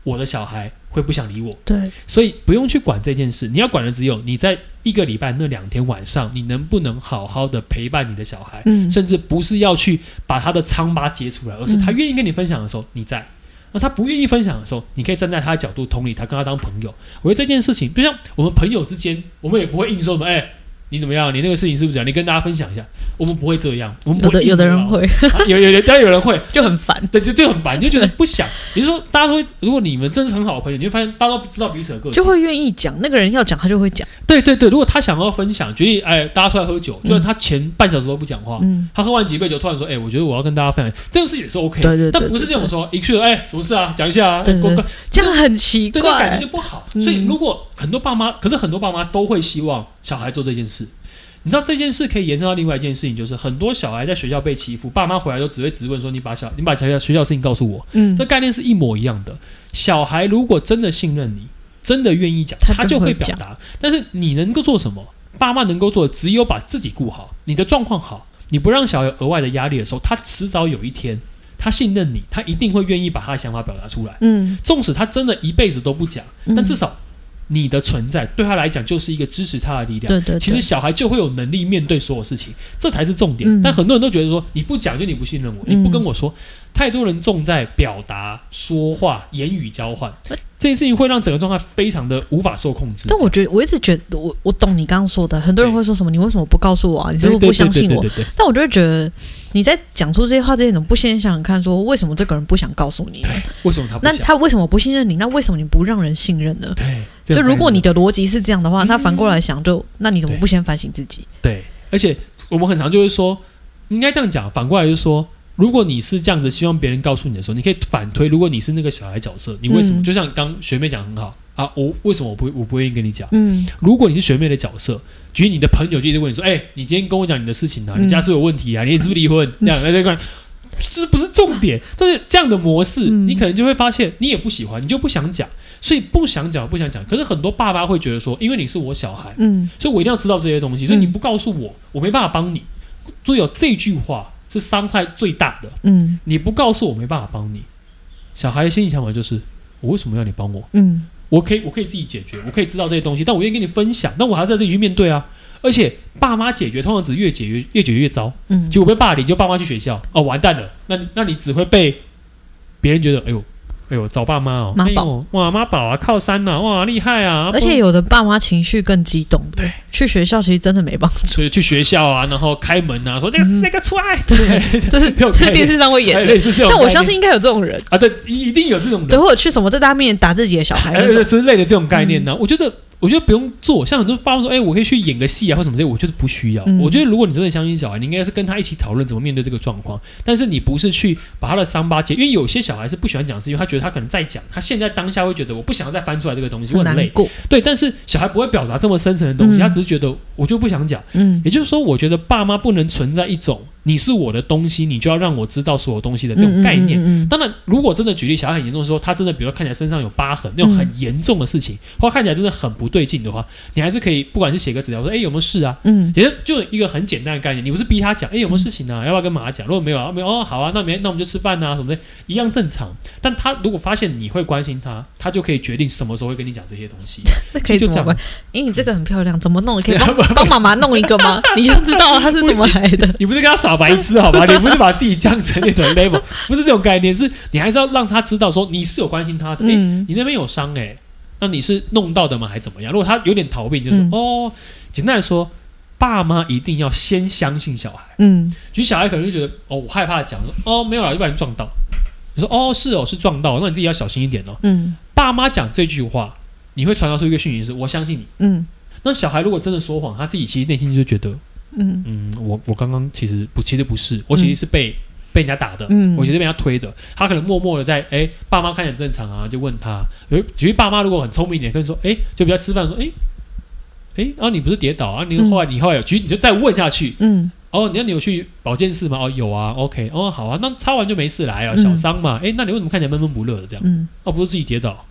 A: 我的小孩会不想理我。
B: 对，
A: 所以不用去管这件事，你要管的只有你在一个礼拜那两天晚上，你能不能好好的陪伴你的小孩，
B: 嗯
A: 甚至不是要去把他的疮疤揭出来，而是他愿意跟你分享的时候你在，那他不愿意分享的时候，你可以站在他的角度同理他，跟他当朋友。我觉得这件事情就像我们朋友之间，我们也不会硬说什么，哎、你怎么样？你那个事情是不是这样？你跟大家分享一下，我们不会这样，我们不
B: 有
A: 会
B: 的嗯有的人
A: 硬
B: 会
A: 聊， 啊有有有，当然有人会，
B: 就 很烦，
A: 对，就就很烦，你就觉得不想。也就是说，大家都会，如果你们真的是很好的朋友，你会发现大家都知道彼此的个性，
B: 就会愿意讲，那个人要讲他就会讲，
A: 对对对，如果他想要分享，举例，哎，大家出来喝酒，虽然他前半小时都不讲话，
B: 嗯
A: 他喝完几杯酒，突然说，哎，我觉得我要跟大家分享，这个事也是 OK，
B: 对对对
A: 但不是那种说一去了，哎，什么事啊，讲一下啊，
B: 对对
A: 公公
B: 这样很奇
A: 对，那感
B: 怪
A: 觉就，不好。
B: 嗯
A: 所以如果很多爸妈，可是很多爸妈都会希望小孩做这件事。你知道这件事可以延伸到另外一件事情，就是很多小孩在学校被欺负，爸妈回来都只会质问说：“你把小你把小学学校的事情告诉我。”
B: 嗯
A: 这概念是一模一样的。小孩如果真的信任你，真的愿意讲，
B: 他
A: 他就
B: 就会
A: 会表达。但是你能够做什么？爸妈能够做的只有把自己顾好，你的状况好，你不让小孩有额外的压力的时候，他迟早有一天，他信任你，他一定会愿意把他的想法表达出来。
B: 嗯，
A: 纵使他真的一辈子都不讲，
B: 嗯
A: 但至少你的存在对他来讲就是一个支持他的力量。
B: 对对，对
A: 其实小孩就会有能力面对所有事情，这才是重点。
B: 嗯
A: 但很多人都觉得说，你不讲就你不信任我，
B: 嗯
A: 你不跟我说，太多人重在表达、说话、言语交换
B: 呃，
A: 这件事情会让整个状态非常的无法受控制。
B: 但我觉得我一直觉得我我懂你刚刚说的，很多人
A: 对
B: 会说什么你为什么不告诉我啊？你
A: 你
B: 是不是不相信我
A: 对？对对对对
B: 但我就会觉得你在讲出这些话之前，你怎么不先想想看，说为什么这个人不想告诉你呢？
A: 为什么他不
B: 那
A: 想？
B: 他为什么不信任你？那为什么你不让人信任呢？
A: 对，这
B: 就
A: 种
B: 如果
A: 概念
B: 你的逻辑是这样的话，
A: 嗯
B: 那反过来想就，那你怎么
A: 对
B: 不先反省自己？
A: 对，而且我们很常就会说，应该这样讲，反过来就说，如果你是这样子希望别人告诉你的时候，你可以反推，如果你是那个小孩角色，你为什么？
B: 嗯
A: 就像刚学妹讲得很好啊，我为什么我不我不愿意跟你讲？
B: 嗯
A: 如果你是学妹的角色，举例你的朋友就一直问你说，哎、你今天跟我讲你的事情啊，
B: 嗯
A: 你家是有问题啊，你是不是离婚？这样那这块。这不是重点，就是这样的模式，
B: 嗯
A: 你可能就会发现你也不喜欢，你就不想讲，所以不想讲不想讲。可是很多爸爸会觉得说，因为你是我小孩，
B: 嗯
A: 所以我一定要知道这些东西。所以你不告诉我，我没办法帮你。注意哦，这句话是伤害最大的。
B: 嗯
A: 你不告诉我，没办法帮你。小孩的心里想法就是：我为什么要你帮我？
B: 嗯
A: 我可以，我可以自己解决，我可以知道这些东西，但我愿意跟你分享，但我还是要自己去面对啊。而且爸妈解决通常只越解越越解越糟，
B: 嗯，
A: 结果被霸凌，就爸妈去学校，哦，完蛋了。那那你只会被别人觉得，哎呦，哎呦，找爸妈哦，
B: 妈
A: 哎
B: 宝
A: 呦哇，妈宝啊，靠山呐、哇，厉害啊！
B: 而且有的爸妈情绪更激动，
A: 对，
B: 去学校其实真的没帮助，
A: 所以去学校啊，然后开门啊，说那个、
B: 嗯
A: 那个出来，对对
B: 这是
A: 没有
B: 这
A: 概
B: 是电视上会
A: 对，
B: 演 的，
A: 类似这种概念。
B: 但我相信应该有这种人，
A: 啊，对，一一定有这种
B: 对，
A: 人
B: 或者去什么在大家面前打自己的小孩
A: 哎
B: 那种，
A: 之类的这种概念
B: 嗯
A: 呢、我觉得。我觉得不用做，像很多爸妈说，哎、我可以去演个戏啊，或什么之类，我就是不需要。
B: 嗯
A: 我觉得如果你真的相信小孩，你应该是跟他一起讨论怎么面对这个状况，但是你不是去把他的伤疤揭，因为有些小孩是不喜欢讲，是因为他觉得他可能在讲，他现在当下会觉得我不想要再翻出来这个东西，我
B: 很
A: 很
B: 难
A: 累。
B: 过，
A: 对，但是小孩不会表达这么深层的东西，
B: 嗯
A: 他只是觉得我就不想讲。
B: 嗯
A: 也就是说，我觉得爸妈不能存在一种你是我的东西，你就要让我知道所有东西的这种概念。
B: 嗯嗯嗯嗯
A: 当然，如果真的举例小孩很严重的时候，他真的比如说看起来身上有疤痕那种很严重的事情，或看起来真的很不对劲的话，你还是可以不管是写个纸条说，哎、有没有事啊？
B: 嗯
A: 也就就一个很简单的概念，你不是逼他讲，哎、有没有事情啊？要不要跟妈妈讲？如果没有啊，没有哦，好啊，那没那我们就吃饭啊什么的，一样正常。但他如果发现你会关心他，他就可以决定什么时候会跟你讲这些东西。
B: 那可以
A: 就
B: 怎
A: 这样
B: 么办？哎，你这个很漂亮，怎么弄？可以 帮帮妈妈弄一个 吗？你就知道他是怎么来 的。
A: 你不是跟他耍白痴好吧？你不是把自己降成那种 level，不是这种概念，是你还是要让他知道说你是有关心他 的。诶哎
B: 嗯
A: 你那边有伤诶，那你是弄到的吗？还怎么样？如果他有点逃避，你就说、
B: 嗯
A: 哦，简单来说，爸妈一定要先相信小孩。
B: 嗯
A: 其实小孩可能就觉得哦，我害怕讲说哦没有啦，就不然撞到。你说哦是哦是撞到，那你自己要小心一点哦。
B: 嗯
A: 爸妈讲这句话，你会传达出一个讯息是我相信你。
B: 嗯
A: 那小孩如果真的说谎，他自己其实内心就觉得
B: 嗯
A: 嗯，我我刚刚其实不，其实不是，我其实是被、被人家打的，
B: 嗯
A: 我其实被人家推的。他可能默默的在，哎、爸妈看起来很正常啊，就问他。有一其实爸妈如果很聪明一点，跟你说，哎、就比较吃饭说，哎、哎，然、后你不是跌倒啊？你
B: 嗯
A: 后来你后来有，其实你就再问下去。
B: 嗯
A: 哦，你那你有去保健室吗？哦，有啊。OK，哦，好啊，那擦完就没事来啊，
B: 嗯
A: 小伤嘛。哎、那你为什么看起来闷闷不乐的这样？
B: 嗯，
A: 哦，不是自己跌倒。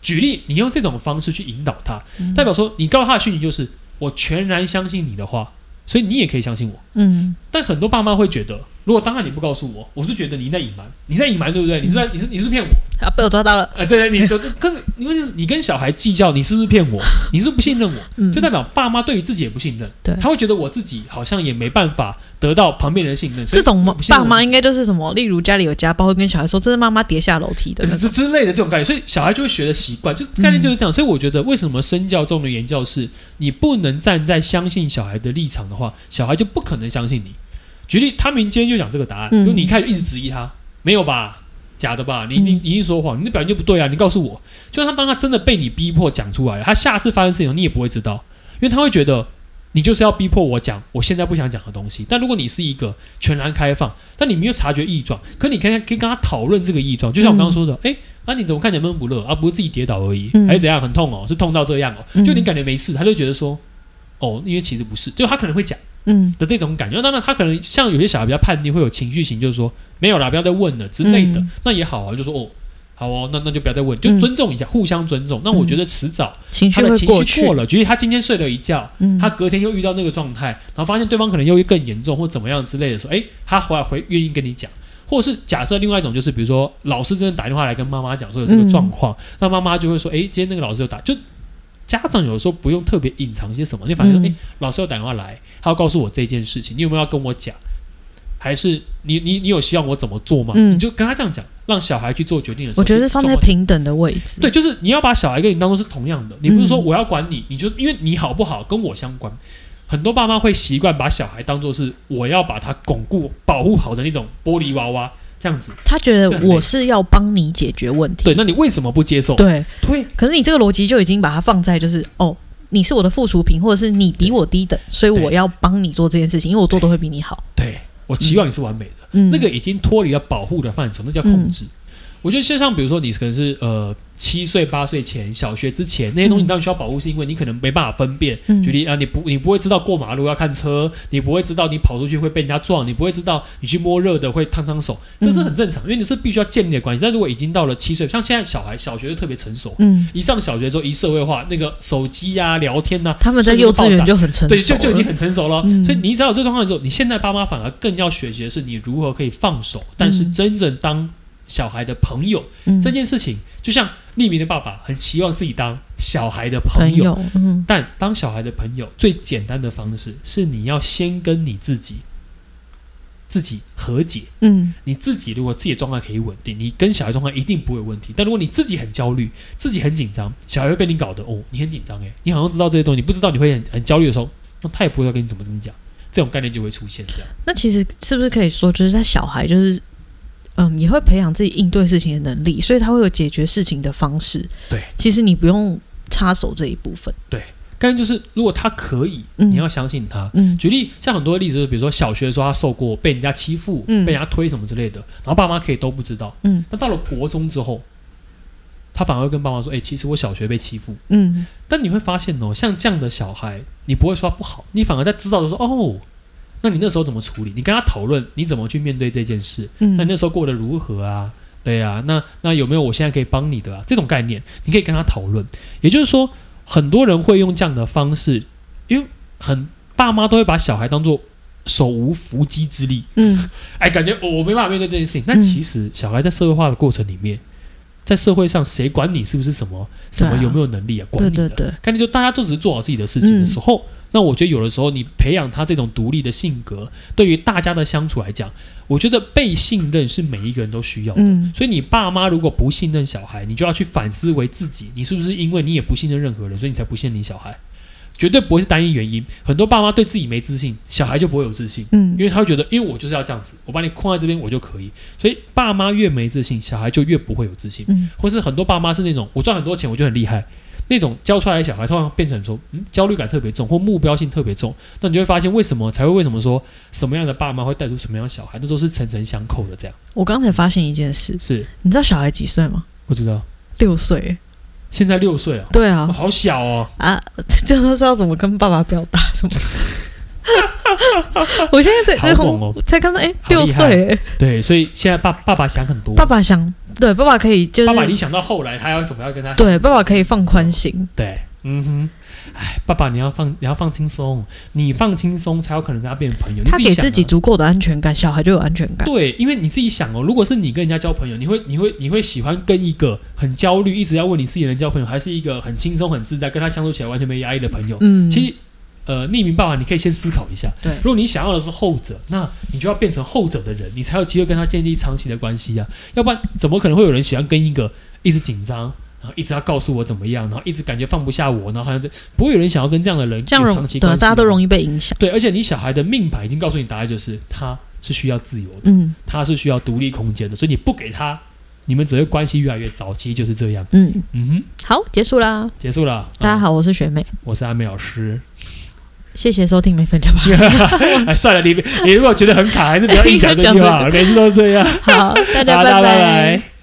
A: 举例，你用这种方式去引导他，
B: 嗯
A: 代表说你告诉他的讯息就是我全然相信你的话，所以你也可以相信我。
B: 嗯
A: 但很多爸妈会觉得，如果当然你不告诉我，我是觉得你在隐瞒，你在隐瞒，对不对？你是在你是你是骗我，
B: 啊，被我抓到了。
A: 哎、对对，你就可是你问题是你跟小孩计较，你是不是骗我？你是不是不信任我？
B: 嗯，
A: 就代表爸妈对于自己也不信任，
B: 对
A: 他会觉得我自己好像也没办法得到旁边人的信任，所以
B: 这种
A: 我不信任
B: 爸
A: 我
B: 妈
A: 自己
B: 应该就是什么，例如家里有家暴，会跟小孩说这是妈妈跌下楼梯的那
A: 这
B: 种。
A: 之类的这种概念，所以小孩就会学的习惯，就概念就是这样。所以我觉得，为什么身教重于言教是，你不能站在相信小孩的立场的话，小孩就不可能相信你。举例，他明今天就讲这个答案，
B: 嗯
A: 就你一开始一直质疑他，没有吧？假的吧？你你
B: 嗯
A: 你一定说谎，你的表现就不对啊！你告诉我，就算他当他真的被你逼迫讲出来了，他下次发生事情你也不会知道，因为他会觉得你就是要逼迫我讲我现在不想讲的东西。但如果你是一个全然开放，但你没有察觉异状，可你可以可以跟他讨论这个异状，就像我刚刚说的，哎、啊你怎么看起来闷不乐啊？不是自己跌倒而已，
B: 嗯
A: 还是怎样？很痛哦，是痛到这样哦，
B: 嗯
A: 就你感觉没事，他就觉得说，哦，因为其实不是，就他可能会讲。
B: 嗯
A: 的那种感觉。当然，他可能像有些小孩比较叛逆，会有情绪型，就是说没有啦，不要再问了之类的。
B: 嗯
A: 那也好啊，就说哦，好哦，那那就不要再问，就
B: 嗯
A: 尊重一下，互相尊重。那我觉得迟早、
B: 情
A: 他
B: 绪
A: 的
B: 会
A: 情
B: 过
A: 绪
B: 去
A: 过。了，举例他今天睡了一觉，
B: 嗯，
A: 他隔天又遇到那个状态，然后发现对方可能又更严重或怎么样之类的时候，诶，他回来回愿意跟你讲。或者是假设另外一种就是，比如说老师真的打电话来跟妈妈讲说有这个状况，
B: 嗯
A: 那妈妈就会说，诶，今天那个老师有打，就家长有时候不用特别隐藏些什么，你反正说，
B: 嗯
A: 诶，老师有打电话来，他要告诉我这件事情，你有没有要跟我讲？还是你你你有希望我怎么做吗？
B: 嗯
A: 你就跟他这样讲，让小孩去做决定的时候，
B: 我觉得是
A: 就
B: 放在
A: 状况
B: 平等的位置。
A: 对，就是你要把小孩跟你当做是同样的，你不是说我要管你，你就因为你好不好跟我相关。很多爸妈会习惯把小孩当做是我要把他巩固、保护好的那种玻璃娃娃这样子。
B: 他觉得
A: 对
B: 我是要帮你解决问题。
A: 对，那你为什么不接受？
B: 对，
A: 对，
B: 可是你这个逻辑就已经把它放在就是哦，你是我的附属品，或者是你比我低等，所以
A: 对
B: 我要帮你做这件事情，因为我做的会比你好。
A: 对我期望你是完美的。
B: 嗯，
A: 那个已经脱离了保护的范畴，那叫控制。我觉得就像比如说，你可能是呃七岁八岁前小学之前那些东西，你当然需要保护，是因为你可能没办法分辨。
B: 嗯
A: 举例啊，你不你不会知道过马路要看车，你不会知道你跑出去会被人家撞，你不会知道你去摸热的会烫伤手，这是很正
B: 嗯
A: 常，因为你是必须要建立的关系。但如果已经到了七岁，像现在小孩小学就特别成熟，
B: 嗯，啊
A: 一上小学之后一社会化，那个手机呀、聊天呐、
B: 他们在幼稚园就很成熟
A: 对，
B: 了，
A: 就就已经很成熟了。
B: 嗯
A: 所以你只要有这状况的时候，你现在爸妈反而更要学习的是你如何可以放手，但是真正当小孩的朋友、
B: 嗯
A: 这件事情，就像匿名的爸爸很期望自己当小孩的朋
B: 朋
A: 友，
B: 友，嗯
A: 但当小孩的朋友最简单的方式是你要先跟你自己。自己和解。
B: 嗯
A: 你自己如果自己的状态可以稳定，你跟小孩状态一定不会有问题。但如果你自己很焦虑，自己很紧张，小孩会被你搞得哦，你很紧张诶，你好像知道这些东西，你不知道你会很很焦虑的时候，那他也不会要跟你怎么跟你讲，这种概念就会出现这样。
B: 那其实是不是可以说，就是他小孩就是，嗯，也会培养自己应对事情的能力，所以他会有解决事情的方式。
A: 对，
B: 其实你不用插手这一部分。
A: 概念就是，如果他可以，
B: 嗯
A: 你要相信他。
B: 嗯
A: 举例，像很多例子，就是比如说小学的时候他受过被人家欺负、
B: 嗯
A: 被人家推什么之类的，然后爸妈可以都不知道。
B: 嗯
A: 那到了国中之后，他反而会跟爸妈说：“哎、其实我小学被欺负。”
B: 嗯
A: 但你会发现哦，像这样的小孩，你不会说他不好，你反而在知道的说哦，那你那时候怎么处理？你跟他讨论你怎么去面对这件事，
B: 嗯，
A: 那你那时候过得如何啊？对啊，那那有没有我现在可以帮你的啊？这种概念，你可以跟他讨论。也就是说，很多人会用这样的方式，因为很爸妈都会把小孩当做手无缚鸡之力，
B: 嗯
A: 哎，感觉我、我没办法面对这件事情。但
B: 嗯
A: 其实小孩在社会化的过程里面，在社会上谁管你是不是什么什么
B: 对啊
A: 有没有能力啊？管
B: 对
A: 你的。
B: 对对，嗯
A: 概念就大家就只是做好自己的事情的时候，那我觉得有的时候你培养他这种独立的性格，对于大家的相处来讲，我觉得被信任是每一个人都需要的。
B: 嗯
A: 所以你爸妈如果不信任小孩，你就要去反思为自己，你是不是因为你也不信任任何人，所以你才不信任你小孩？绝对不会是单一原因。很多爸妈对自己没自信，小孩就不会有自信。
B: 嗯
A: 因为他会觉得，因为我就是要这样子，我把你框在这边，我就可以。所以爸妈越没自信，小孩就越不会有自信。
B: 嗯
A: 或是很多爸妈是那种我赚很多钱我就很厉害，那种教出来的小孩通常变成说，嗯，焦虑感特别重或目标性特别重，那你就会发现为什么才会为什么说什么样的爸妈会带出什么样的小孩，那都是层层相扣的。这样
B: 我刚才发现一件事，
A: 是
B: 你知道小孩几岁吗？
A: 不知道，
B: 六岁。
A: 现在六岁啊，
B: 对
A: 哦
B: 啊，
A: 好小哦，
B: 啊， 这他知道怎么跟爸爸表达什么。 我现在在在
A: 好猛哦
B: 才刚刚哎
A: 好厉害哦
B: 六岁哎，
A: 对，所以现在爸爸爸想很多，
B: 爸爸想对爸爸可以就是
A: 爸爸你想到后来他要怎么样跟他
B: 对爸爸可以放宽心，
A: 对，嗯哼。哎，爸爸，你要放，你要放轻松，你放轻松才有可能跟他变成朋友。你
B: 他给
A: 想
B: 自己
A: 啊
B: 足够的安全感，小孩就有安全感。
A: 对，因为你自己想哦，如果是你跟人家交朋友，你会你会你会喜欢跟一个很焦虑、一直要问你事情的人交朋友，还是一个很轻松、很自在，跟他相处起来完全没压力的朋友？
B: 嗯，
A: 其实，呃，匿名爸爸，你可以先思考一下。
B: 对
A: 如果你想要的是后者，那你就要变成后者的人，你才有机会跟他建立长期的关系啊。要不然，怎么可能会有人喜欢跟一个一直紧张？然后一直要告诉我怎么样，然后一直感觉放不下我，然后好像这不会有人想要跟这样的人
B: 这样
A: 有
B: 容
A: 长期
B: 对
A: 关系啊
B: 大家都
A: 嘛
B: 容易被影响。
A: 对，而且你小孩的命盘已经告诉你答案，就是他是需要自由的。
B: 嗯
A: 他是需要独立空间的，所以你不给他，你们只会关系越来越糟。其实就是这样。
B: 嗯，
A: 嗯哼，
B: 好，结束啦。
A: 结束了。
B: 大家
A: 嗯
B: 好，我是学妹，
A: 我是阿美老师。
B: 谢谢收听《没分家 吧
A: 哎，算了， 你你如果觉得很卡，还是不要硬讲这句话，每次都这样。》。
B: 好，大家
A: 好大家拜
B: 拜
A: 拜